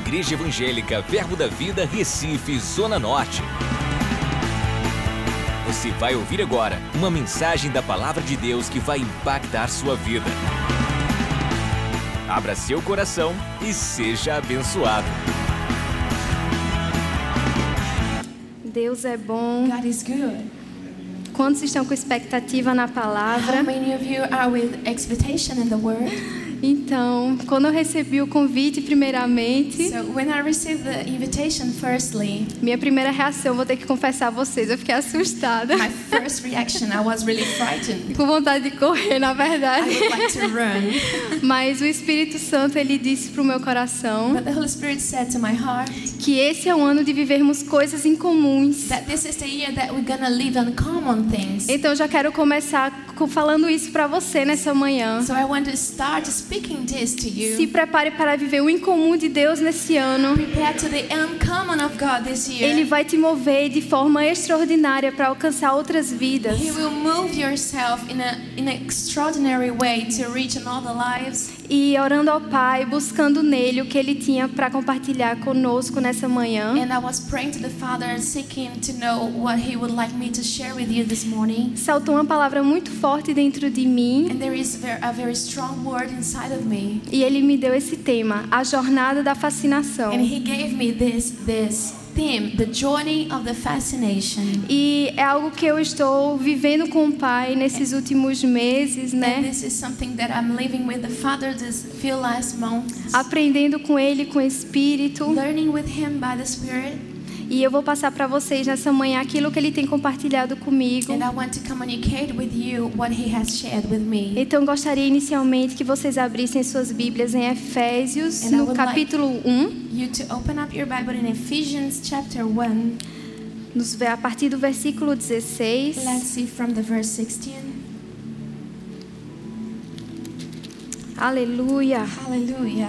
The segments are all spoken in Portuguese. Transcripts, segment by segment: Igreja Evangélica Verbo da Vida, Recife, Zona Norte. Você vai ouvir agora uma mensagem da Palavra de Deus que vai impactar sua vida. Abra seu coração e seja abençoado. Deus é bom. God is good. Quantos estão com expectativa na How palavra? many of you are with expectation in the word? Então, quando eu recebi o convite, primeiramente, So when I received the invitation, firstly, minha primeira reação, vou ter que confessar a vocês, eu fiquei assustada. my first reaction, I was really frightened. Com vontade de correr, na I verdade. would like to run. Mas o Espírito Santo, ele disse pro meu coração But the Holy Spirit said to my heart que esse é o ano de vivermos coisas incomuns. that this is the year that we're gonna live uncommon things. Então, eu já quero começar co- falando isso pra você nessa manhã. So I want to start speaking this to Se you. prepare para viver o incomum de Deus nesse ano. Prepare to the uncommon of God this Ele year. vai te mover de forma extraordinária para alcançar outras vidas. He will move yourself in, a, in an extraordinary way to reach another lives. E orando ao Pai, buscando nele o que ele tinha para compartilhar conosco nessa manhã. And I was praying to the Father, seeking to know what He would like me to share with you this morning. Saltou uma palavra muito forte dentro de mim And there is ver- a very strong word inside of me. e ele me deu esse tema, a jornada da fascinação. And He gave me this this theme, the journey of the fascination. E é algo que eu estou vivendo com o Pai nesses últimos meses, And né? this is something that I'm living with the Father this few last months, Aprendendo com ele, com o Espírito. learning with Him by the Spirit. E eu vou passar para vocês nessa manhã aquilo que ele tem compartilhado comigo. And I want to communicate with you what He has shared with me. Então gostaria inicialmente que vocês abrissem suas Bíblias em Efésios, And I no would like- capítulo 1, You to open up your Bible in Ephesians chapter 1. nos ve- a partir do versículo 16. Let's see from the verse 16. Aleluia. Hallelujah.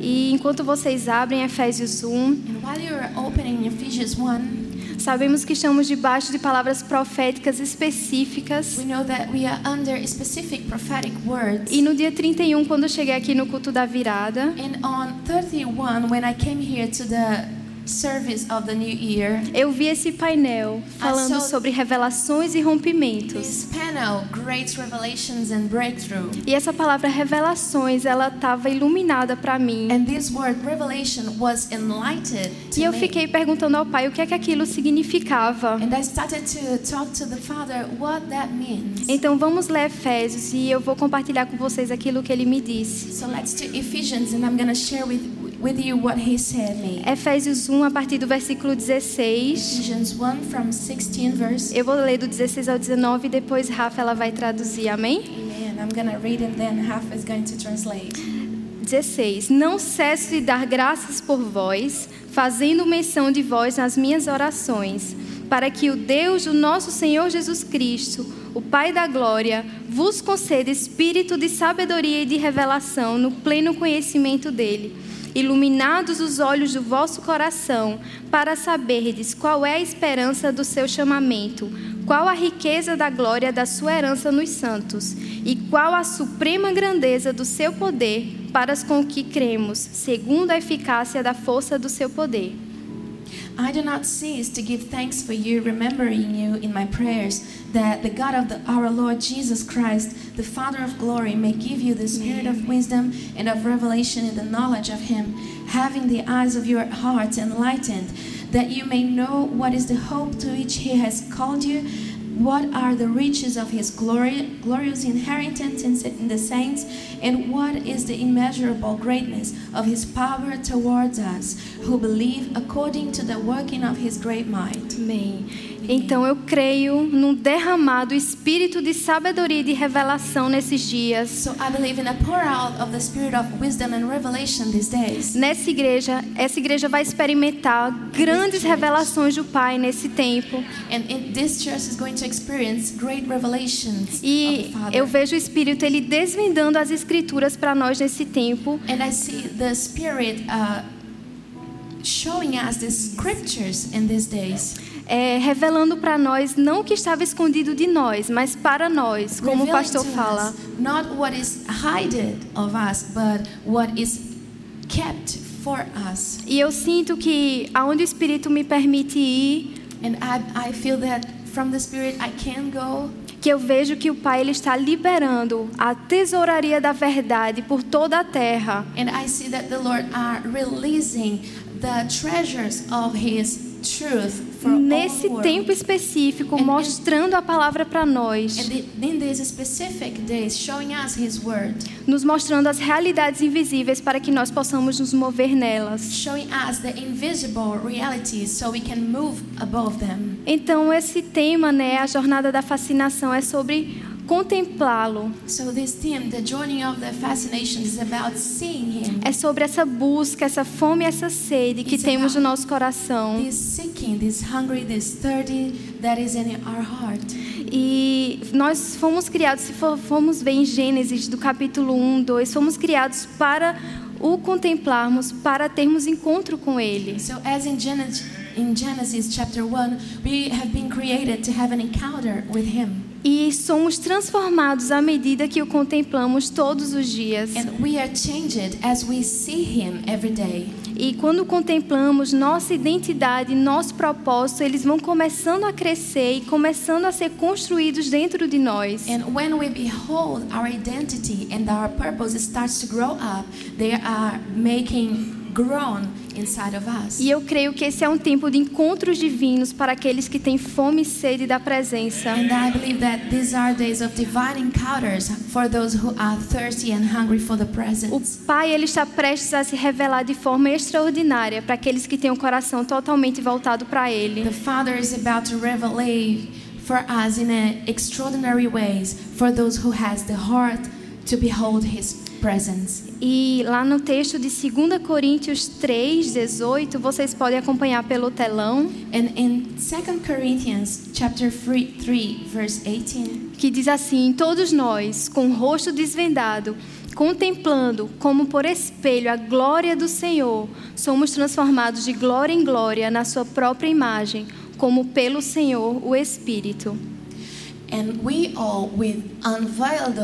E enquanto vocês abrem Efésios 1, And while you're opening Ephesians 1, sabemos que estamos debaixo de palavras proféticas específicas. we know that we are under specific prophetic words. E no dia 31, quando eu cheguei aqui no culto da virada, And on 31, when I came here to the service of the new year, eu vi esse painel falando Ah, só- sobre revelações e rompimentos. this panel, Great Revelations and Breakthrough. E essa palavra revelações, ela estava iluminada para mim. And this word revelation was enlightened. E To eu me. fiquei perguntando ao pai o que é que aquilo significava. And I started to talk to the Father what that means. Então vamos ler Efésios e eu vou compartilhar com vocês aquilo que ele me disse. so let's do Ephesians, and I'm going to share with, with you what he said me. Efésios 1, a partir do versículo 16. Ephesians 1 from 16 verse. Eu vou ler do 16 ao 19 e depois Rafa ela vai traduzir, amém? Amen. I'm gonna read and then half is going to translate. 16. Não cesso de dar graças por vós, fazendo menção de vós nas minhas orações, para que o Deus do nosso Senhor Jesus Cristo, o Pai da Glória, vos conceda espírito de sabedoria e de revelação no pleno conhecimento dele, iluminados os olhos do vosso coração, para saberdes qual é a esperança do seu chamamento. Qual a riqueza da glória da sua herança nos santos? E qual a suprema grandeza do seu poder para os com que cremos, segundo a eficácia da força do seu poder? I do not cease to give thanks for you, remembering you in my prayers, that the God of the, our Lord Jesus Christ, the Father of glory, may give you the spirit of wisdom and of revelation in the knowledge of Him, having the eyes of your hearts enlightened, that you may know what is the hope to which He has called you, what are the riches of His glory, glorious inheritance in, in the saints, and what is the immeasurable greatness of His power towards us, who believe according to the working of His great might. Amém. Então eu creio num derramado espírito de sabedoria e de revelação nesses dias. So I believe in a pour out of the spirit of wisdom and revelation these days. Nessa igreja, essa igreja vai experimentar grandes revelações do Pai nesse tempo. And in this church is going to experience great revelations E of the eu Father. vejo o Espírito ele desvendando as escrituras para nós nesse tempo. And I see the Spirit uh, showing us the scriptures in these days. é, revelando para nós não o que estava escondido de nós, mas para nós, como o Revealing pastor to fala. us Not what is hidden of us, but what is kept for us. E eu sinto que aonde o Espírito me permite ir, And I, I feel that from the Spirit I can go. que eu vejo que o Pai ele está liberando a tesouraria da verdade por toda a terra. And I see that the Lord are releasing the treasures of His truth for Nesse all world. tempo específico, And- and- mostrando a palavra para And nós, the- in these specific days, showing us His word, nos mostrando as realidades invisíveis para que nós possamos nos mover nelas. showing us the invisible realities so we can move above them. Então, esse tema, né, a jornada da fascinação, é sobre contemplá-lo, So, this theme, the journey of the fascination, is about seeing Him. é sobre essa busca, essa fome, essa sede que Isso é temos real. no nosso coração. This seeking, this hungry, this thirsty that is in our heart. E nós fomos criados, se for- formos ver em Gênesis do capítulo 1, 2, fomos criados para o contemplarmos, para termos encontro com ele. So, as in Genesis, in Genesis chapter 1, we have been created to have an encounter with Him. E somos transformados à medida que o contemplamos todos os dias. And we are changed as we see Him every day. E quando contemplamos nossa identidade, nosso propósito, eles vão começando a crescer e começando a ser construídos dentro de nós. And when we behold our identity and our purpose starts to grow up, they are making grown inside of us. E eu creio que esse é um tempo de encontros divinos para aqueles que têm fome e sede da presença. And I believe that these are days of divine encounters for those who are thirsty and hungry for the O presence. Pai ele está prestes a se revelar de forma extraordinária para aqueles que têm o coração totalmente voltado para The Ele. Father is about to revelate for us in a extraordinary ways for those who has the heart to behold His presence. E lá no texto de 2 Coríntios 3, 18, vocês podem acompanhar pelo telão, And in 2 Corinthians chapter 3, 3 verse 18, que diz assim: Todos nós, com o rosto desvendado, contemplando como por espelho a glória do Senhor, somos transformados de glória em glória na Sua própria imagem, como pelo Senhor o Espírito. And we all, with unveiled,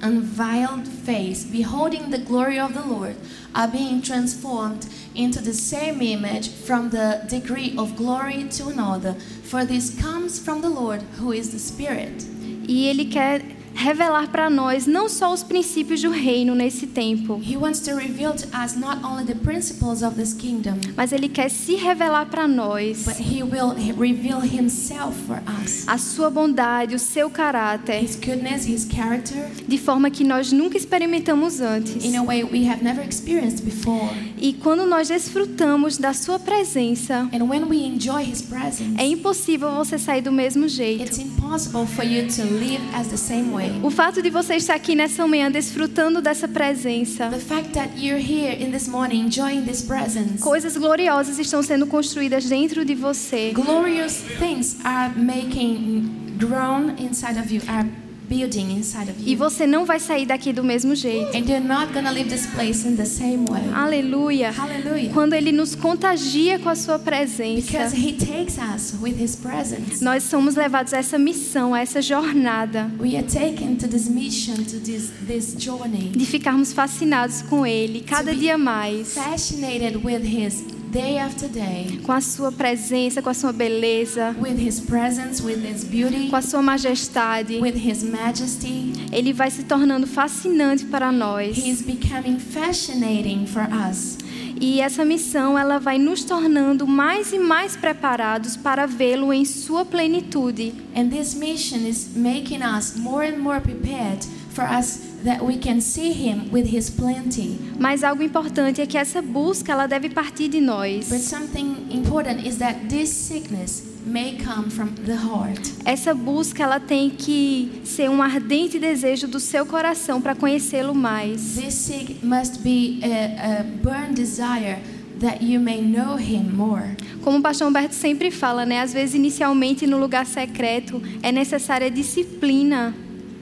unveiled face, beholding the glory of the Lord, are being transformed into the same image from the degree of glory to another. For this comes from the Lord, who is the Spirit. E ele quer revelar para nós não só os princípios do reino nesse tempo, He wants to reveal to us not only the principles of this kingdom, mas ele quer se revelar para but nós He will reveal Himself for us. a sua bondade, o seu caráter, His goodness, His character, de forma que nós nunca experimentamos antes. in a way we have never experienced before. E quando nós desfrutamos da sua presença, And when we enjoy His presence, é impossível você sair do mesmo It's jeito. impossible for you to live as the same way. O fato de você estar aqui nessa manhã desfrutando dessa presença, The fact that you're here in this morning enjoying this presence, coisas gloriosas estão sendo construídas dentro de você. glorious things are making grown inside of you, are building inside of E you. você não vai sair daqui do mesmo jeito. And you're not gonna leave this place in the same way. Aleluia. Hallelujah. Quando Ele nos contagia com a Sua Because presença, He takes us with His presence. nós somos levados a essa missão, a essa jornada We are taken to this mission, to this, this journey, de ficarmos fascinados com Ele cada dia mais, fascinated with His day after day, com a Sua presença, com a Sua beleza, with His presence, with His beauty, com a Sua majestade. with His majesty. Ele vai se tornando fascinante para nós. He is becoming fascinating for us. E essa missão ela vai nos tornando mais e mais preparados para vê-lo em sua plenitude. And this mission is making us more and more prepared for us that we can see him with his plenty. Mas algo importante é que essa busca ela deve partir de nós. But something important is that this sickness may come from the heart. Essa busca ela tem que ser um ardente desejo do seu coração para conhecê-lo mais. This sick must be a, a burn desire that you may know him more. Como o pastor Humberto sempre fala, né? Às vezes inicialmente no lugar secreto é necessária disciplina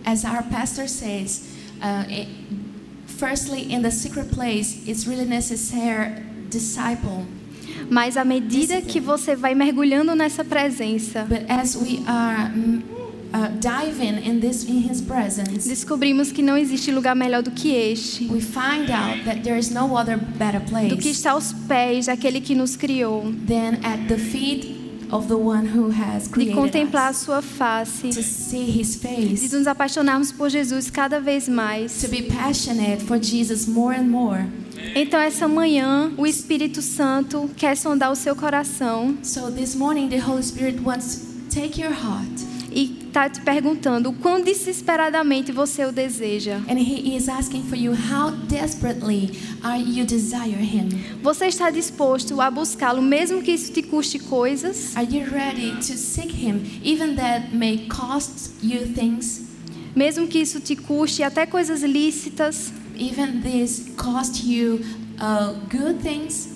As our pastor says, uh, it- firstly, in the secret place, it's really necessary disciple. Mas à medida que você vai mergulhando nessa presença, But as we are mm, uh, diving in this in His presence, Descobrimos que não existe lugar melhor do que este, we find out that there is no other better do que place estar aos pés daquele que nos criou, than at the feet of the One who has de created contemplar a us. sua face, To see His de face, nos apaixonarmos por Jesus cada vez mais. to be passionate for Jesus more and more. Então, essa manhã, o Espírito Santo quer sondar o seu coração So this morning, the Holy Spirit wants to take your heart. e está te perguntando o quão desesperadamente você o deseja. And he is asking for you how desperately are you desire him? Você está disposto a buscá-lo, mesmo que isso te custe coisas, Are you ready to seek him even that may cost you things? mesmo que isso te custe até coisas lícitas? Even this cost you uh, good things?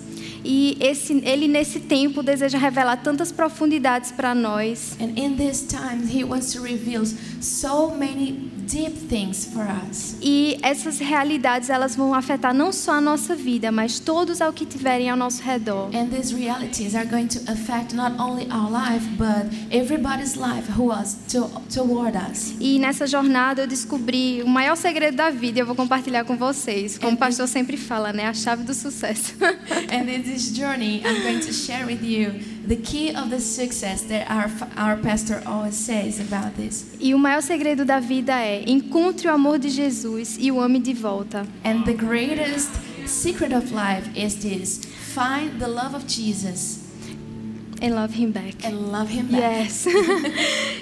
E esse, ele, nesse tempo, deseja revelar tantas profundidades para nós. And in this time he wants to reveal so many deep things for us. E essas realidades elas vão afetar não só a nossa vida, mas todos ao que tiverem ao nosso redor. And these realities are going to affect not only our life but everybody's life who was to, toward us. E nessa jornada eu descobri o maior segredo da vida e eu vou compartilhar com vocês. Como o pastor sempre fala, né? A chave do sucesso. And in this journey, I'm going to share with you the key of the success that our, our pastor always says about this. e o maior segredo da vida é: encontre o amor de Jesus e o ame de volta. And the greatest secret of life is this find the love of Jesus And love him back. and love him back. Yes.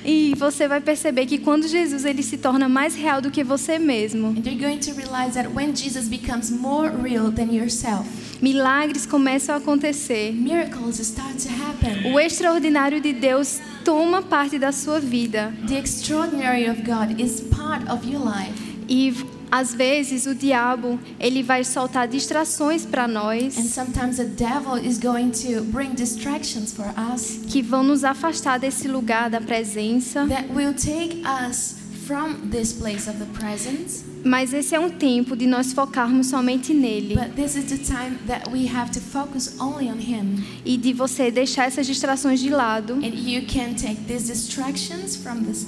e você vai perceber que quando Jesus ele se torna mais real do que você mesmo, And you're going to realize that when Jesus becomes more real than yourself, milagres começam a acontecer. miracles start to happen. O extraordinário de Deus toma parte da sua vida. The extraordinary of God is part of your life. E às vezes o diabo, ele vai soltar distrações para And nós sometimes the devil is going to bring distractions for us. que vão nos afastar desse lugar da presença, that will take us from this place of the presence. mas esse é um tempo de nós focarmos somente nele But this is the time that we have to focus only on Him. e de você deixar essas distrações de lado. And you can take these distractions from this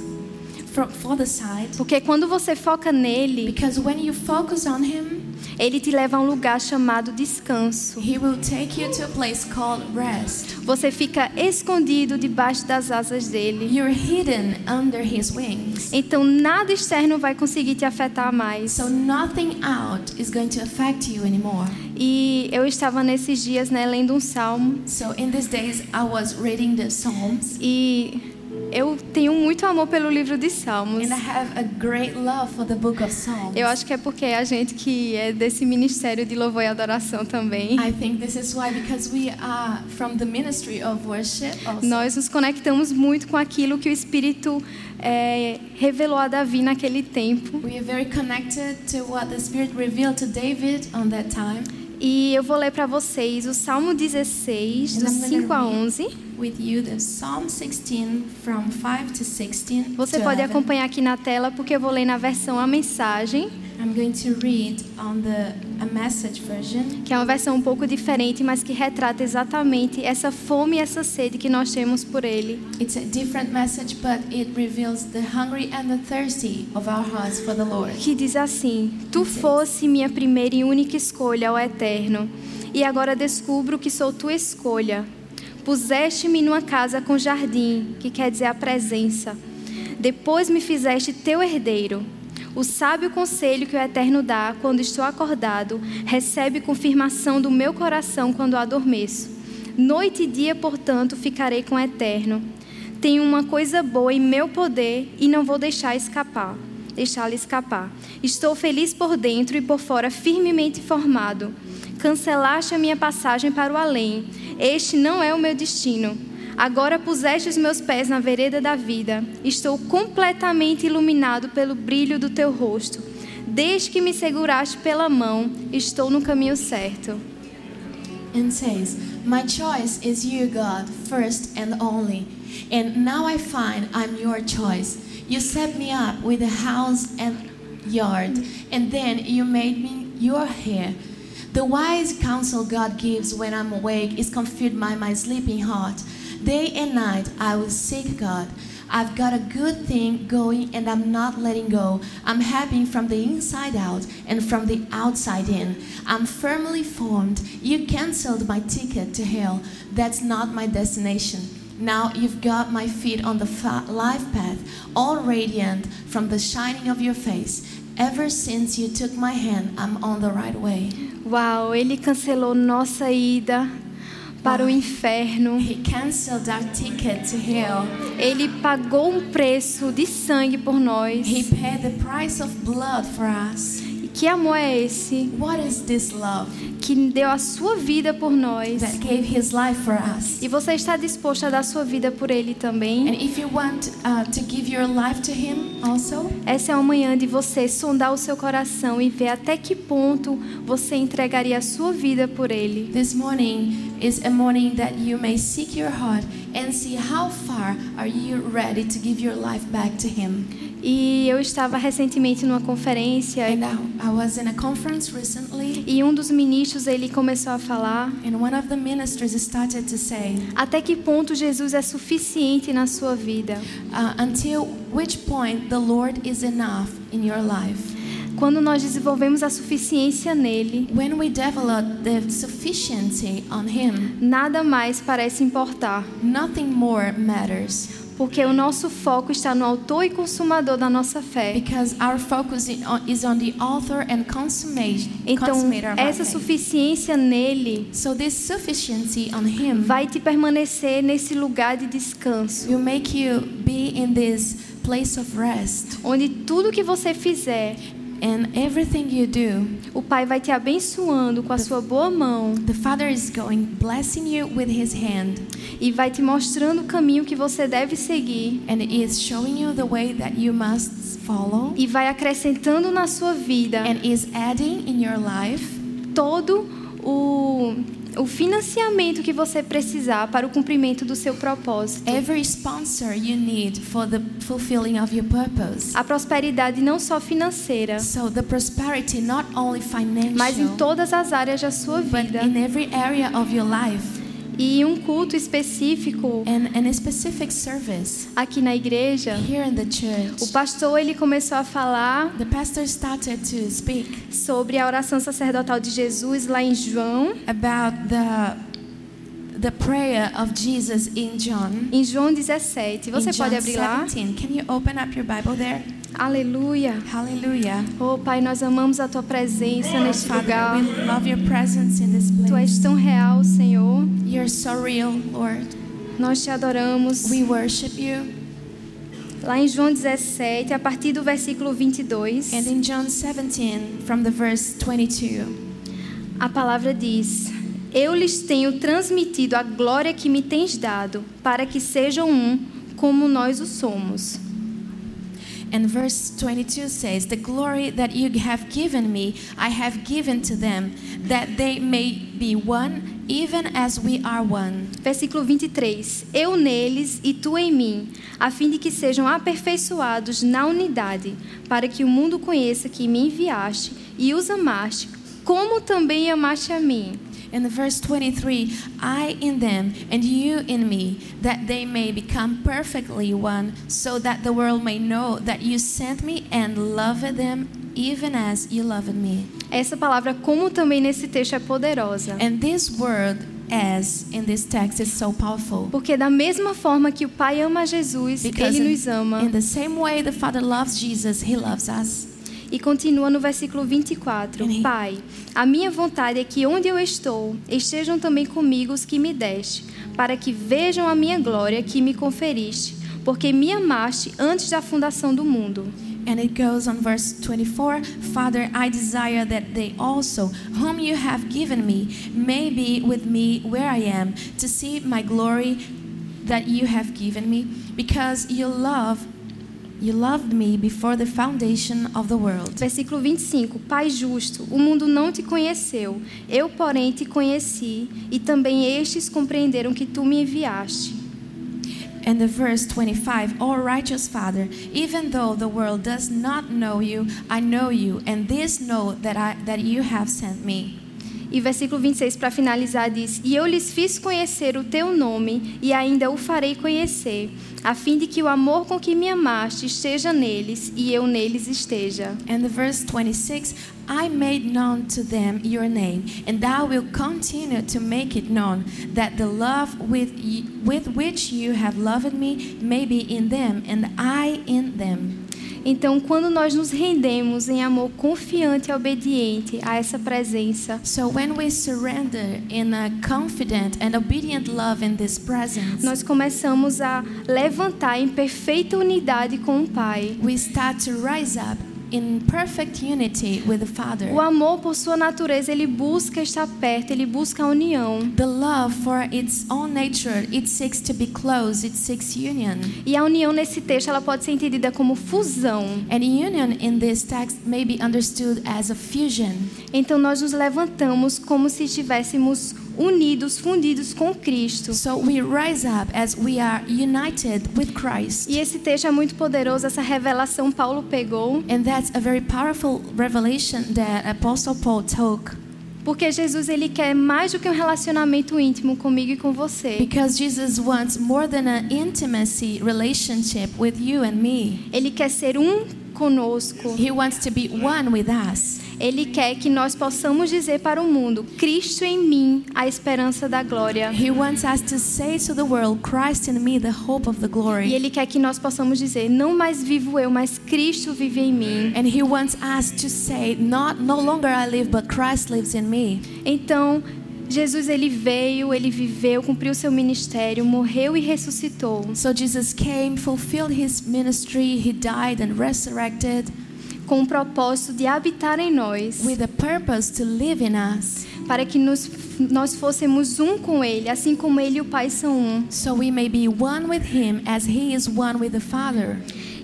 from, for the side. Porque quando você foca nele, Because when you focus on Him, ele te leva a um lugar chamado descanso. He will take you to a place called rest. Você fica escondido debaixo das asas dele. You're hidden under His wings. Então nada externo vai conseguir te afetar mais. So nothing out is going to affect you anymore. E eu estava nesses dias, né, lendo um salmo So in these days, I was reading the Psalms, e eu tenho muito amor pelo livro de Salmos. and I have a great love for the book of Psalms. Eu acho que é porque a gente que é desse ministério de louvor e adoração também, I think this is why, because we are from the ministry of worship. Also. nós nos conectamos muito com aquilo que o Espírito é, revelou a Davi naquele tempo. We are very connected to what the Spirit revealed to David on that time. E eu vou ler para vocês o Salmo 16, do 5 And I'm gonna a read. 11. With you, the Psalm 16 from 5 to 16. Você to pode 11. acompanhar aqui na tela, porque eu vou ler na versão A Mensagem, I'm going to read on the a message version. que é uma versão um pouco diferente, mas que retrata exatamente essa fome e essa sede que nós temos por Ele. It's a different message, but it reveals the hungry and the thirsty of our hearts for the Lord. que diz assim: Tu fosse minha primeira e única escolha, ó Eterno, e agora descubro que sou tua escolha. Puseste-me numa casa com jardim, que quer dizer a presença. Depois me fizeste teu herdeiro. O sábio conselho que o Eterno dá quando estou acordado recebe confirmação do meu coração quando adormeço. Noite e dia, portanto, ficarei com o Eterno. Tenho uma coisa boa em meu poder e não vou deixar escapar deixá-la escapar. Estou feliz por dentro e por fora firmemente formado. Cancelaste a minha passagem para o além. Este não é o meu destino. Agora puseste os meus pés na vereda da vida. Estou completamente iluminado pelo brilho do teu rosto. Desde que me seguraste pela mão, estou no caminho certo. and says, My choice is you, God, first and only. And now I find I'm your choice. You set me up with a house and yard, and then you made me your heir. The wise counsel God gives when I'm awake is confirmed by my sleeping heart. Day and night I will seek God. I've got a good thing going and I'm not letting go. I'm happy from the inside out and from the outside in. I'm firmly formed. You canceled my ticket to hell. That's not my destination. Now you've got my feet on the fa- life path, all radiant from the shining of your face. Ever since you took my hand, I'm on the right way. Uau, ele cancelou nossa ida para o inferno. He canceled our ticket to hell. Ele pagou um preço de sangue por nós. He paid the price of blood for us. E que amor é esse What is this love que deu a sua vida por nós? that gave his life for us? E você está disposto a dar sua vida por ele And também? if you want uh, to give your life to him also, Essa é uma manhã de você sondar o seu coração e ver até que ponto você entregaria a sua vida por ele. This morning is a morning that you may seek your heart and see how far are you ready to give your life back to him. E eu estava recentemente numa conferência And I, I was in a conference recently e um dos ministros ele começou a falar and one of the ministers started to say, até que ponto Jesus é suficiente na sua vida. uh, until which point the Lord is enough in your life. Quando nós desenvolvemos a suficiência nele, When we develop the sufficiency on him, nada mais parece importar, nothing more matters porque o nosso foco está no autor e consumador da nossa fé. because our focus in- on- is on the author and consummation, Então, consummator of our essa faith. suficiência nele So this sufficiency on him vai te permanecer nesse lugar de descanso, will make you be in this place of rest. onde tudo que você fizer, And everything you do, o Pai vai te abençoando com a sua boa mão the Father is going blessing you with his hand e vai te mostrando o caminho que você deve seguir and he is showing you the way that you must follow e vai acrescentando na sua vida and is adding in your life todo o, o financiamento que você precisar para o cumprimento do seu propósito. every sponsor you need for the fulfilling of your purpose. A prosperidade não só financeira, So the prosperity not only mas em financial todas as áreas da sua but vida. in every area of your life E um culto específico and, and a specific service aqui na igreja, here in the church. o pastor ele começou a falar The pastor started to speak sobre a oração sacerdotal de Jesus lá em João, about the the prayer of Jesus in John. em João 17. Você in John pode abrir lá? 17. Can you open up your Bible there? Aleluia. Hallelujah. Oh, Pai, nós amamos a tua presença neste lugar. Father, we love your presence in this Tu place. és tão real, Senhor. You're so real, Lord. Nós te adoramos. We worship you. Lá em João 17, a partir do versículo 22, And in John 17, from the verse 22, a palavra diz: Eu lhes tenho transmitido a glória que me tens dado, para que sejam um, como nós o somos. and verse 22 says, The glory that you have given me, I have given to them, that they may be one, even as we are one. Versículo 23: Eu neles e tu em mim, a fim de que sejam aperfeiçoados na unidade, para que o mundo conheça que me enviaste e os amaste, como também amaste a mim. In the verse 23, I in them and you in me, that they may become perfectly one, so that the world may know that you sent me and loved them even as you loved me. Essa palavra, como também nesse texto, é poderosa. And this word as in this text is so powerful. Porque da mesma forma que o Pai ama Jesus, Because Ele nos in, ama. in the same way the Father loves Jesus, He loves us. E continua no versículo 24. Amém. Pai, a minha vontade é que onde eu estou, estejam também comigo os que me deste, para que vejam a minha glória que me conferiste, porque me amaste antes da fundação do mundo. And it goes on verse 24 Father, I desire that they also, whom you have given me, may be with me where I am, to see my glory that you have given me, because you love. You loved me before the foundation of the world. Versículo 25. Pai justo, o mundo não te conheceu, eu, porém, te conheci, e também estes compreenderam que tu me enviaste. And the verse 25, O righteous Father, even though the world does not know you, I know you, and this know that I that you have sent me. E versículo 26, para finalizar, diz: E eu lhes fiz conhecer o teu nome, e ainda o farei conhecer, a fim de que o amor com que me amaste esteja neles, e eu neles esteja. And the verse 26 I made known to them your name, and thou wilt continue to make it known, that the love with, y- with which you have loved me may be in them, and I in them. Então, quando nós nos rendemos em amor confiante e obediente a essa presença, So when we surrender in a confident and obedient love in this presence, nós começamos a levantar em perfeita unidade com o Pai. we start to rise up in perfect unity with the Father. O amor, por sua natureza, ele busca estar perto, ele busca a união. The love for its own nature, it seeks to be close, it seeks union. E a união nesse texto ela pode ser entendida como fusão. And union in this text may be understood as a fusion. Então nós nos levantamos como se estivéssemos unidos, fundidos com Cristo. So we rise up as we are united with Christ. E esse texto é muito poderoso, essa revelação Paulo pegou, And that's a very powerful revelation that Apostle Paul took. porque Jesus ele quer mais do que um relacionamento íntimo comigo e com você. Because Jesus wants more than an intimacy relationship with you and me. Ele quer ser um conosco. He wants to be one with us. Ele quer que nós possamos dizer para o mundo: Cristo em mim, a esperança da glória. He wants us to say to the world, Christ in me, the hope of the E glory. ele quer que nós possamos dizer: não mais vivo eu, mas Cristo vive em mim. And he wants us to say, not no longer I live, but Christ lives in me. Então, Jesus ele veio, ele viveu, cumpriu seu ministério, morreu e ressuscitou. So Jesus came, fulfilled his ministry, he died and resurrected com o propósito de habitar em nós, with a purpose to live in us, para que nos, nós fôssemos um com Ele, assim como Ele e o Pai são um. so we may be one with him as he is one with the Father.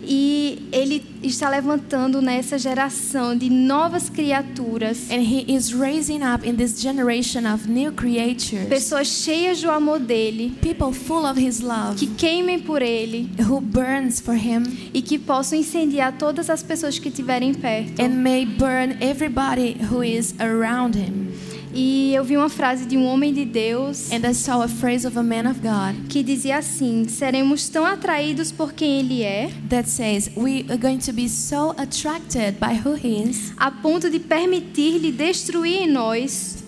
E Ele está levantando nessa geração de novas criaturas, And he is raising up in this generation of new creatures, pessoas cheias do amor dele, people full of his love, que queimem por Ele who burns for him e que possam incendiar todas as pessoas que estiverem perto. and may burn everybody who is around him. E eu vi uma frase de um homem de Deus And I saw a phrase of a man of God que dizia assim: seremos tão atraídos por quem Ele é, that says, We are going to be so attracted by who he is, a ponto de permitir-lhe destruir em nós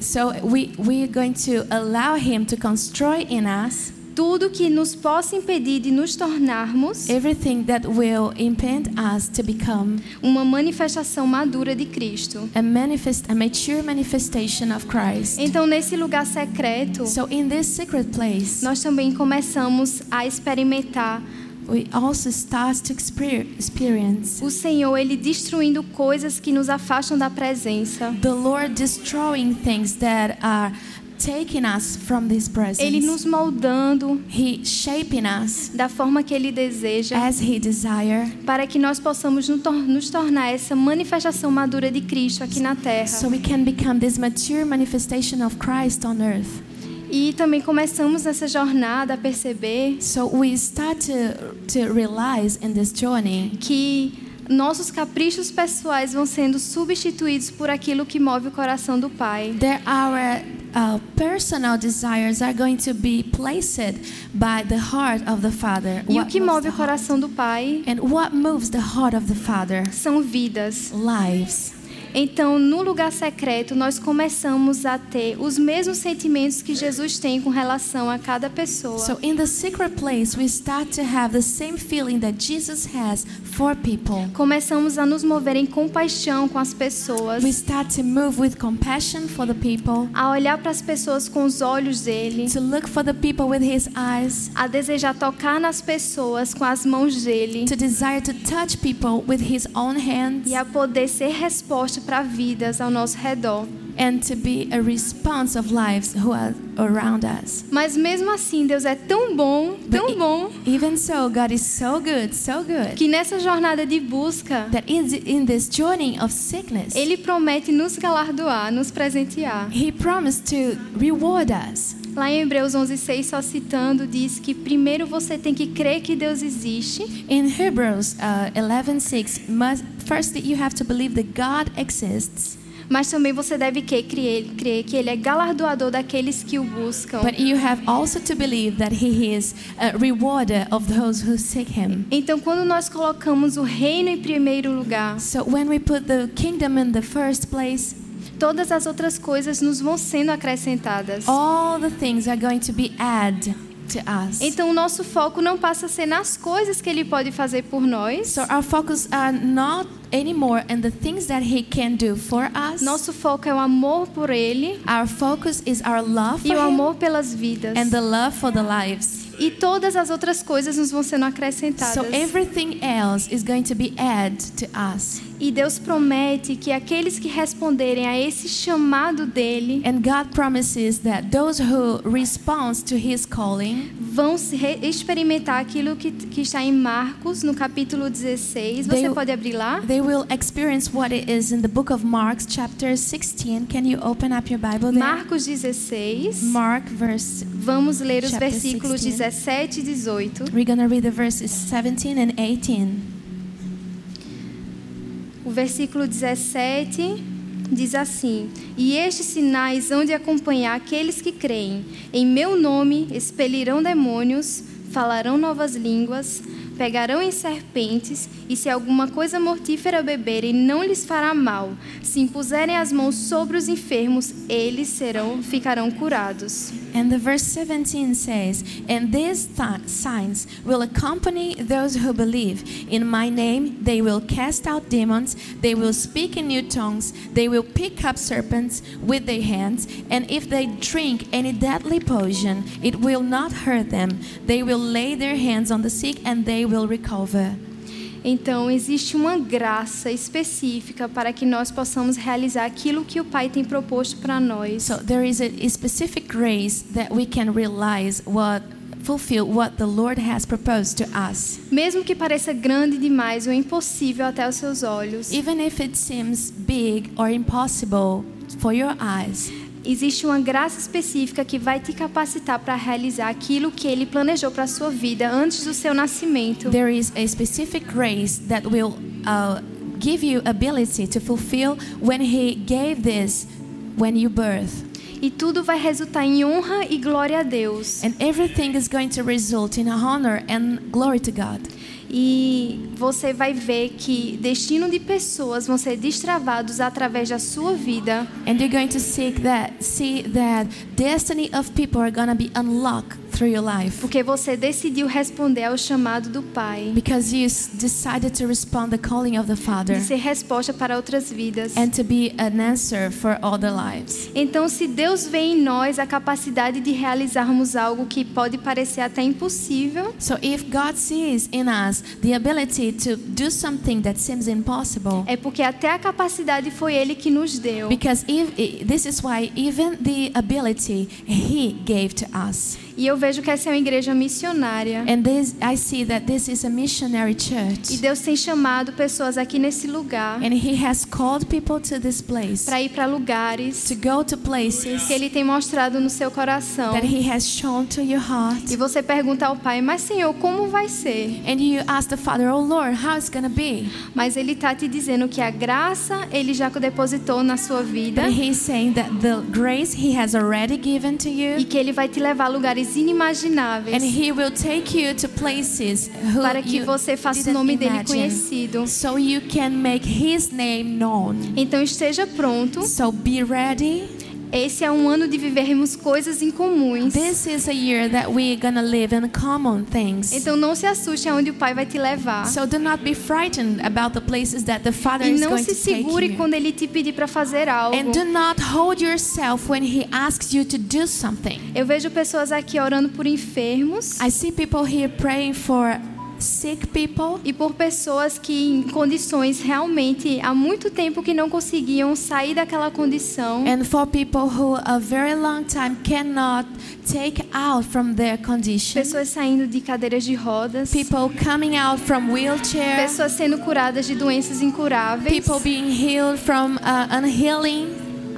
so we, we are going to allow him to destroy in us tudo que nos possa impedir de nos tornarmos everything that will impede us to become uma manifestação madura de Cristo. a manifest a mature manifestation of Christ. Então, nesse lugar secreto, So in this secret place, nós também começamos a experimentar we also start to exper- experience o Senhor ele destruindo coisas que nos afastam da presença. the Lord destroying things that are taking us from this Ele presence. nos moldando He shaping us da forma que ele deseja as he desire, para que nós possamos no tor- nos tornar essa manifestação madura de Cristo aqui na so terra. we can become this mature manifestation of Christ on earth. E também começamos essa jornada a perceber So we start to to realize in this journey que nossos caprichos pessoais vão sendo substituídos por aquilo que move o coração do Pai. that our uh, personal desires are going to be placed by the heart of the Father. E o What que moves move the o heart? coração do Pai And what moves the heart of the Father? são vidas. Lives. Então, no lugar secreto, nós começamos a ter os mesmos sentimentos que Jesus tem com relação a cada So pessoa. in the secret place, we start to have the same feeling that Jesus has for people. Começamos a nos mover em compaixão com as pessoas, We start to move with compassion for the people, a olhar para as pessoas com os olhos dele, to look for the people with His eyes, a desejar tocar nas pessoas com as mãos dele to desire to touch people with His own hands, e a poder ser resposta para vidas ao nosso redor. and to be a response of lives who are around us. Mas mesmo assim, Deus é tão bom, tão bom, Even so, God is so good, so good, que nessa jornada de busca, that in, in this journey of sickness, Ele promete nos galardoar, nos presentear. He promised to reward us. Lá em Hebreus 11:6, só citando, diz que primeiro você tem que crer que Deus existe In Hebrews uh, 11:6, must firstly you have to believe that God exists Mas também você deve crer, crer, crer que Ele é galardoador daqueles que o buscam. But you have also to believe that He is a rewarder of those who seek Him. Então, quando nós colocamos o reino em primeiro lugar, So when we put the kingdom in the first place, todas as outras coisas nos vão sendo acrescentadas. all the things are going to be added to us. Então, o nosso foco não passa a ser nas coisas que Ele pode fazer por nós. So our focus are not anymore on the things that He can do for us. Nosso foco é o amor por Ele Our focus is our love for e o Him amor pelas vidas. and the love for the lives. E todas as outras coisas nos vão sendo acrescentadas. So everything else is going to be added to us. E Deus promete que aqueles que responderem a esse chamado dele And God promises that those who respond to His calling, vão se re- experimentar aquilo que, que está em Marcos, no capítulo 16. Você They- pode abrir lá? they will experience what it is in the book of Mark, chapter 16. Can you open up your Bible there? Marcos 16. Mark, verse. Vamos ler os Chapter versículos 16. 17 e 18. We're going to read the verses 17 and 18. O versículo 17 diz assim: E estes sinais hão de acompanhar aqueles que creem. Em meu nome expelirão demônios, falarão novas línguas, pegarão em serpentes, e se alguma coisa mortífera beberem, não lhes fará mal. Se impuserem as mãos sobre os enfermos, eles serão, ficarão curados. And the verse 17 says, And these th- signs will accompany those who believe. In my name they will cast out demons, they will speak in new tongues, they will pick up serpents with their hands, and if they drink any deadly poison, it will not hurt them. They will lay their hands on the sick and they will recover. Então, existe uma graça específica para que nós possamos realizar aquilo que o Pai tem proposto para nós. So there is a, a specific grace that we can realize what fulfill what the Lord has proposed to us. Mesmo que pareça grande demais ou impossível até aos seus olhos, Even if it seems big or impossible for your eyes, existe uma graça específica que vai te capacitar para realizar aquilo que ele planejou para a sua vida antes do seu nascimento. there is a specific grace that will uh, give you ability to fulfill when He gave this when you birth. E tudo vai resultar em honra e glória a Deus. And everything is going to result in honor and glory to God. E você vai ver que destino de pessoas vão ser destravados através da sua vida And you're going to seek that, see that destiny of people are going to be unlocked through your life porque você decidiu responder ao chamado do Pai because you s- decided to respond the calling of the Father de ser resposta para outras vidas. and to be an answer for other lives. Então, se Deus vê em nós a capacidade de realizarmos algo que pode parecer até impossível, So if God sees in us the ability to do something that seems impossible, é porque até a capacidade foi Ele que nos deu. because if, i- this is why even the ability He gave to us, E eu vejo que essa é uma igreja missionária. and this I see that this is a missionary church, E Deus tem chamado pessoas aqui nesse lugar and He has called people to this place para ir para lugares to go to places que Ele tem mostrado no seu coração. that He has shown to your heart, E você pergunta ao Pai, mas Senhor, como vai ser? and you ask the Father, "Oh Lord, how it's gonna be?" Mas Ele está te dizendo que a graça Ele já depositou na sua vida But He's saying that the grace He has already given to e you. que Ele vai te levar a lugares And inimagináveis. he will take you to places who para que you você faça o didn't nome dele imagine. conhecido. So you can make his name known. Então esteja pronto. So be ready. Esse é um ano de vivermos coisas incomuns. This is a year that we're gonna live in common things. Então não se assuste aonde o Pai vai te levar. so do not be frightened about the places that the Father E is não going se to take segure you. quando ele te pedir para fazer algo. And do not hold yourself when he asks you to do something. Eu vejo pessoas aqui orando por enfermos I see people here praying for sick people e por pessoas que em condições realmente há muito tempo que não conseguiam sair daquela condição. and for people who a very long time cannot take out from their condition. Pessoas saindo de cadeiras de rodas, People coming out from wheelchair. pessoas sendo curadas de doenças incuráveis. People being healed from uh, unhealing.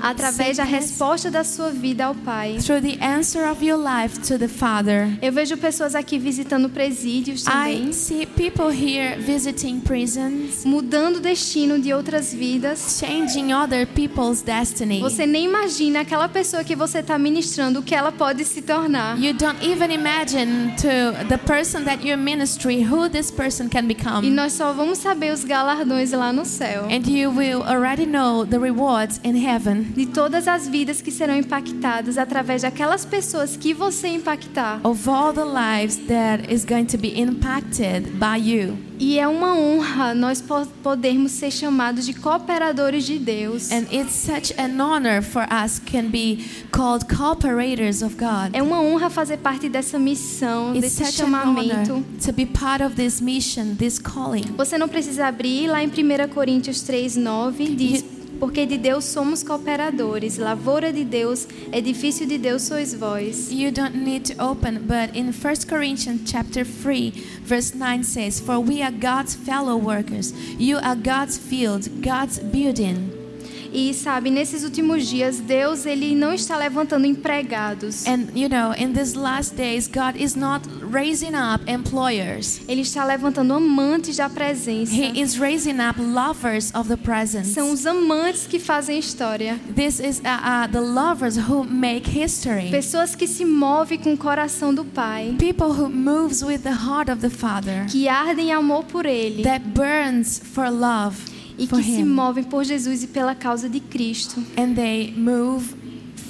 através da resposta da sua vida ao Pai. through the answer of your life to the Father. Eu vejo pessoas aqui visitando presídios também, I see people here visiting prisons, mudando o destino de outras vidas. changing other people's destiny. Você nem imagina aquela pessoa que você está ministrando, o que ela pode se tornar. You don't even imagine to the person that you ministry who this person can E become. nós só vamos saber os galardões lá no céu. And you will already know the rewards in heaven De todas as vidas que serão impactadas através daquelas pessoas que você impactar. of all the lives that is going to be impacted by you. E é uma honra nós po- podermos ser chamados de cooperadores de Deus. And it's such an honor for us can be called cooperators of God. É uma honra fazer parte dessa missão, It's desse such an honor chamamento. to be part of this mission, this calling. Você não precisa abrir lá em 1 Coríntios 3,9 diz. Porque de Deus somos cooperadores, lavoura de Deus, edifício de Deus sois vós. You don't need to open, but in 1 Corinthians chapter 3, verse 9 says, For we are God's fellow workers. You are God's field, God's building. E sabe, nesses últimos dias, Deus ele não está levantando empregados. And you know, in these last days, God is not raising up employers. Ele está levantando amantes da presença. He is raising up lovers of the presence. São os amantes que fazem história. This is uh, uh, the lovers who make history. Pessoas que se movem com o coração do Pai, People who moves with the heart of the Father, que ardem em amor por Ele that burns for love e for que se Him, movem por Jesus e pela causa de Cristo. and they move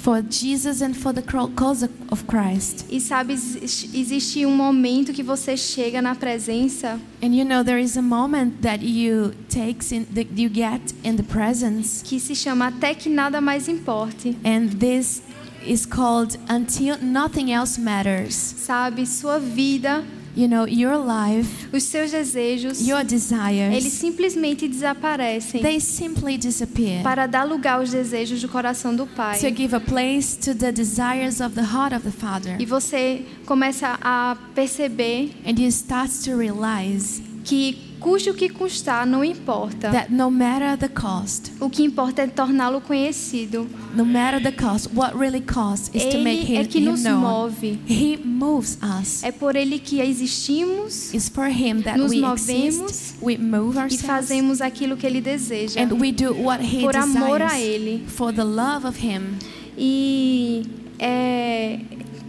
for Jesus and for the cro- cause of of Christ. E sabe, existe existe um momento que você chega na presença And you know there is a moment that you takes in that you get in the presence, que se chama Até que Nada Mais Importe. and this is called until nothing else matters. Sabe, sua vida, You know your life, os seus desejos, your eles desires, simplesmente desaparecem they simply disappear. para dar lugar aos desejos do coração do Pai. to give a place to the desires of the heart of the Father. E você começa a perceber And you start to realize que custe o que custar, não importa. that no matter the cost, O que importa é torná-lo conhecido. no matter the cost, what really costs is to make Ele him, é que him nos known. move. He moves us. É por ele que existimos It's for him that Nos we movemos exist, we move e ourselves, fazemos aquilo que ele deseja. and we do what he Por desires amor a ele. for the love of him. E é,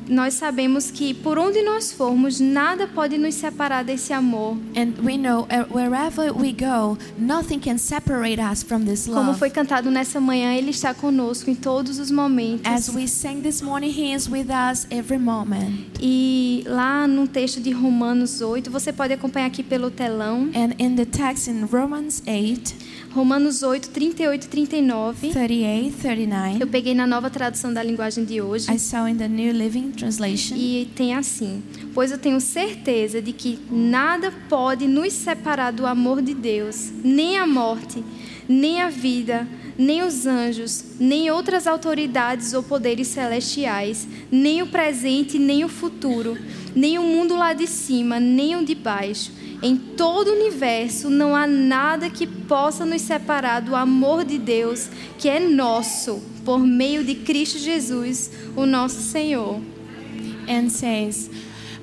nós sabemos que por onde nós formos, nada pode nos separar desse amor. And we know uh, wherever we go, nothing can separate us from this Como love. foi cantado nessa manhã, ele está conosco em todos os As momentos. we sang this morning, he is with us every moment. E lá no texto de Romanos 8, você pode acompanhar aqui pelo telão. And in the text in Romans 8, Romanos 8, 38 e 39. 38, Eu 39, peguei na nova tradução da linguagem de hoje. I saw in the New Living Translation, E tem assim: Pois eu tenho certeza de que nada pode nos separar do amor de Deus, nem a morte, nem a vida, nem os anjos, nem outras autoridades ou poderes celestiais, nem o presente, nem o futuro, nem o mundo lá de cima, nem o de baixo. Em todo o universo não há nada que possa nos separar do amor de Deus, que é nosso, por meio de Cristo Jesus, o nosso Senhor. and says,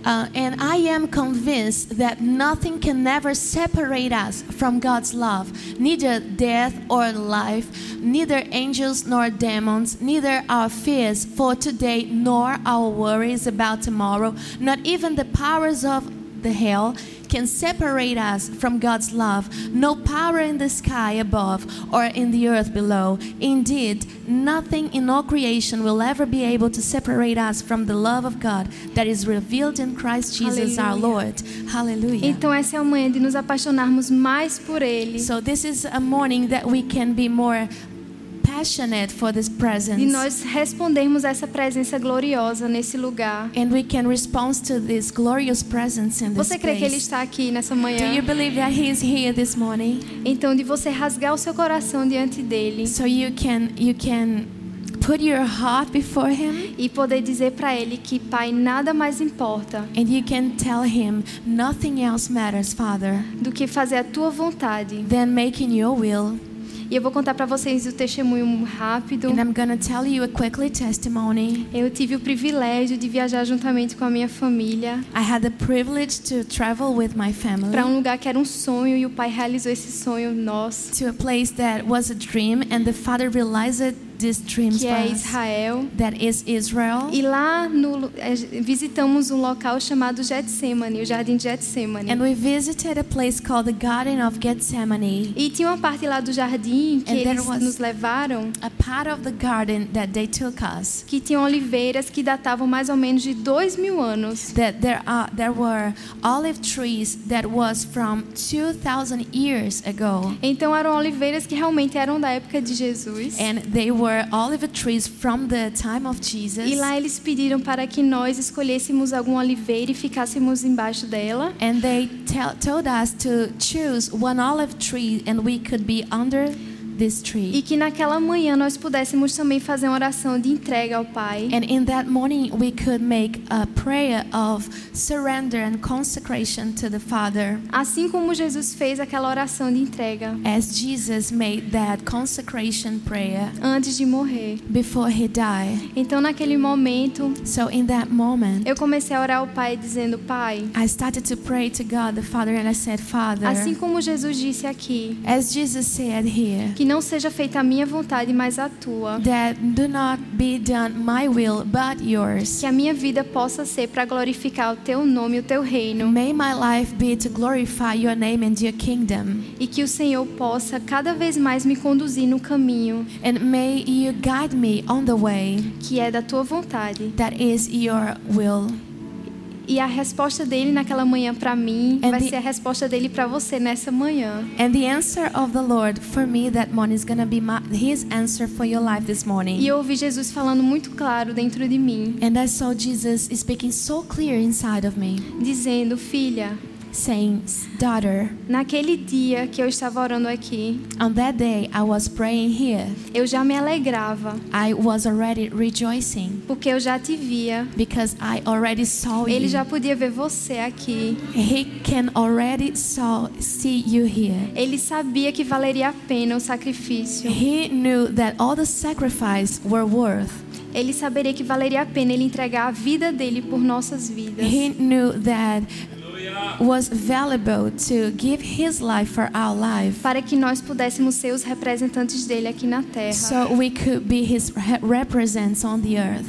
uh, And I am convinced that nothing can ever separate us from God's love, neither death or life, neither angels nor demons, neither our fears for today, nor our worries about tomorrow, not even the powers of the hell can separate us from God's love. No power in the sky above or in the earth below. Indeed, nothing in all creation will ever be able to separate us from the love of God that is revealed in Christ Jesus our Hallelujah. Lord. Hallelujah. Então essa é a manhã de nos apaixonarmos mais por Ele, so this is a morning that we can be more passionate for this de presence. nós respondermos a essa presença gloriosa nesse lugar. and we can respond to this glorious presence in this Você crê que Ele place. está aqui nessa Do you manhã? believe that He is here this morning? Então de você rasgar o seu coração diante dele so you can you can put your heart before him e poder dizer para Ele que Pai nada mais importa and you can tell him nothing else matters father do que fazer a Tua vontade than making your will E eu vou contar para vocês o testemunho rápido. And I'm going to tell you a quickly testimony. Eu tive o privilégio de viajar juntamente com a minha família I had the privilege to travel with my para family um lugar que era um sonho e o pai realizou esse sonho nosso, to a place that was a dream, and the father realized this dream que é was Israel. that is Israel. E lá no- eh, visitamos um local chamado Getsemane, o Jardim Getsemane. And we visited a place called the Garden of Gethsemane, E tinha uma parte lá do jardim que And there eles was- nos levaram a part of the garden that they took us. que tinha oliveiras que datavam mais ou menos de dois mil anos. That there are there were olive trees that was from 2,000 years ago, Então eram oliveiras que realmente eram da época de Jesus. and they were olive trees from the time of Jesus. E lá eles pediram para que nós escolhêssemos alguma oliveira e ficássemos embaixo dela. And they tell, told us to choose one olive tree and we could be under this E tree. que naquela manhã nós pudéssemos também fazer uma oração de entrega ao Pai. And in that morning, we could make a prayer of surrender and consecration to the Father. Assim como Jesus fez aquela oração de entrega As Jesus made that consecration prayer antes de morrer. before he died. Então naquele momento So in that moment, eu comecei a orar ao Pai dizendo: Pai, I started to pray to God the Father and I said, Father, assim como Jesus disse aqui, as Jesus said here, Que não seja feita a minha vontade, mas a tua. that do not be done my will but yours. Que a minha vida possa ser para glorificar o teu nome, o teu reino. May my life be to glorify your name and your kingdom. E que o Senhor possa cada vez mais me conduzir no caminho And may you guide me on the way que é da tua vontade. that is your will. E a resposta dele naquela manhã para mim And vai the- ser a resposta dele para você nessa manhã. And the answer of the Lord for me that morning is going to be my, his answer for your life this morning. E eu ouvi Jesus falando muito claro dentro de mim, and I saw Jesus speaking so clear inside of me, dizendo: Filha, saying, Daughter, naquele dia que eu estava orando aqui, on that day I was praying here. eu já me alegrava, I was already rejoicing porque eu já te via. because I already saw Ele you. já podia ver você aqui. He can already saw, see you here. Ele sabia que valeria a pena o sacrifício. He knew that all the sacrifice were worth. Ele saberia que valeria a pena ele entregar a vida dele por nossas vidas. He knew that was valuable to give his life for our life Para que nós pudéssemos ser os representantes dele aqui na terra. so we could be his re- represents on the earth.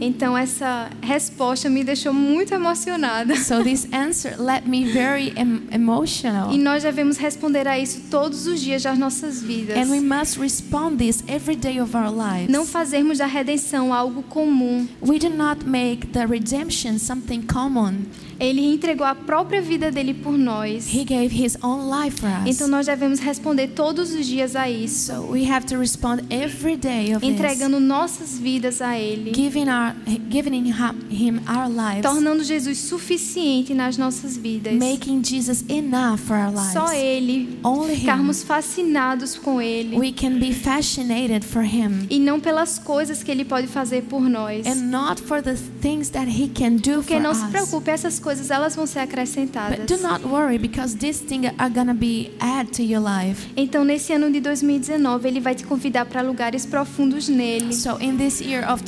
Então, essa resposta me deixou muito emocionada. So this answer left me very em- E emotional. nós devemos responder a isso todos os dias das nossas vidas. And we must respond this every day of our lives. Não fazermos da redenção algo comum. We do not make the redemption something common. Ele entregou a própria vida dele por nós. He gave his own life for us. Então, nós devemos responder todos os dias a isso. So we have to respond every day of this. Entregando nossas vidas a ele. giving our giving him, him our lives tornando Jesus suficiente nas nossas vidas. making jesus enough for our lives Só Ele, Only him. ficarmos fascinados com Ele we can be fascinated for him e não pelas coisas que Ele pode fazer por nós. and not for the things that he can do Porque for não se us preocupe, essas coisas elas vão ser acrescentadas. but do not worry because these things are gonna be add to your life Então, nesse ano de 2019, Ele vai te convidar para lugares profundos nele. so in this year of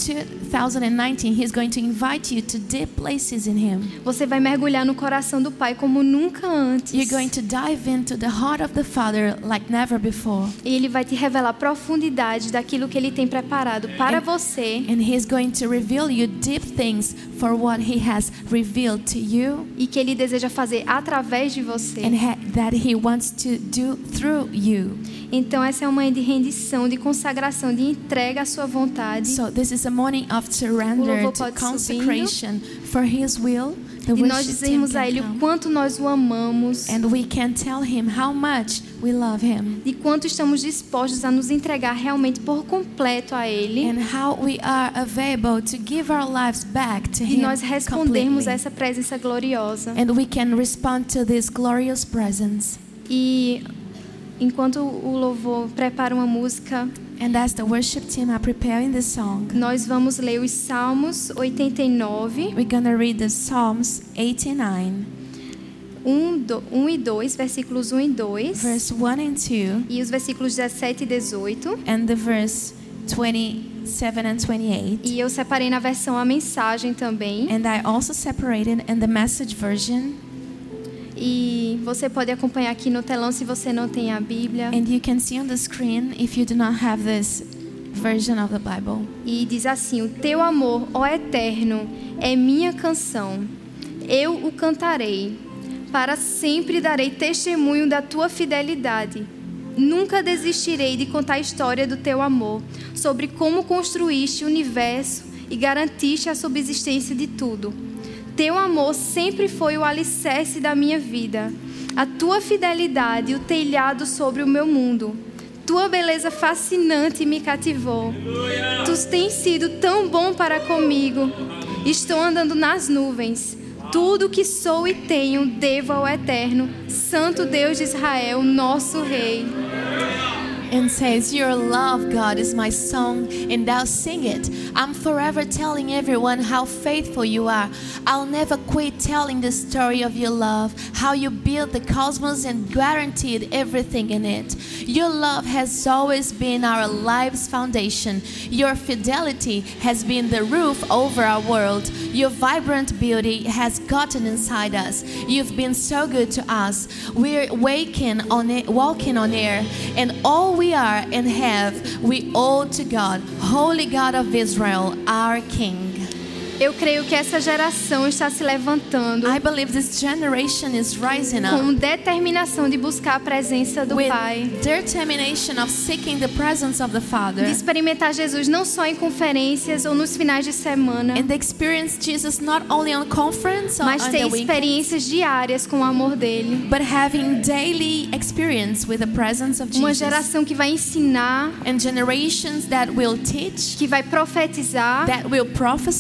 2019 he's going to invite you to deep places in him Você vai mergulhar no coração do Pai como nunca antes. you're going to dive into the heart of the father like never before E Ele vai te revelar a profundidade daquilo que Ele tem preparado para você and he's going to reveal you deep things for what he has revealed to you e que Ele deseja fazer através de você. and ha- that he wants to do through you. Então essa é uma manhã de rendição, de consagração, de entrega à sua vontade. So this is a morning of surrender, louvor to pode consecration for his will. The e nós worship team dizemos a can Ele o come. quanto nós o amamos, and we can tell him how much we love him de quanto estamos dispostos a nos entregar realmente por completo a Ele and how we are available to give our lives back to e him nós respondermos completely. a essa presença gloriosa. And we can respond to this glorious presence. E enquanto o louvor prepara uma música, And as the worship team are preparing the song, nós vamos ler os Salmos 89, we're gonna read the Psalms 89. 1, do- 1 e 2, versículos 1 e 2, verse 1 and 2, e os versículos 17 e 18. and the verse 27 and 28. E eu separei na versão a mensagem também. And I also separated in the message version. E você pode acompanhar aqui no telão se você não tem a Bíblia. And you can see on the screen if you do not have this version of the Bible. E diz assim: O teu amor, ó Eterno, é minha canção. Eu o cantarei. Para sempre darei testemunho da tua fidelidade. Nunca desistirei de contar a história do teu amor, sobre como construíste o universo e garantiste a subsistência de tudo. Teu amor sempre foi o alicerce da minha vida. A tua fidelidade, o telhado sobre o meu mundo. Tua beleza fascinante me cativou. Tu tens sido tão bom para comigo. Estou andando nas nuvens. Tudo que sou e tenho devo ao Eterno, Santo Deus de Israel, nosso Rei. and says, Your love, God, is my song, and thou sing it. I'm forever telling everyone how faithful you are. I'll never quit telling the story of your love, how you built the cosmos and guaranteed everything in it. Your love has always been our lives' foundation. Your fidelity has been the roof over our world. Your vibrant beauty has gotten inside us. You've been so good to us. We're waking on it, walking on air, and all we are and have, we owe to God, Holy God of Israel, our King. Eu creio que essa geração está se levantando I believe this generation is rising up. com determinação de buscar a presença do With Pai. determination of seeking the presence of the Father De experimentar Jesus não só em conferências ou nos finais de semana, and experience Jesus not only on conference or mas on ter the weekend, experiências diárias com o amor dele. but having daily experience with the presence of Uma Jesus geração que vai ensinar, and generations that will teach, que vai profetizar that will prophesy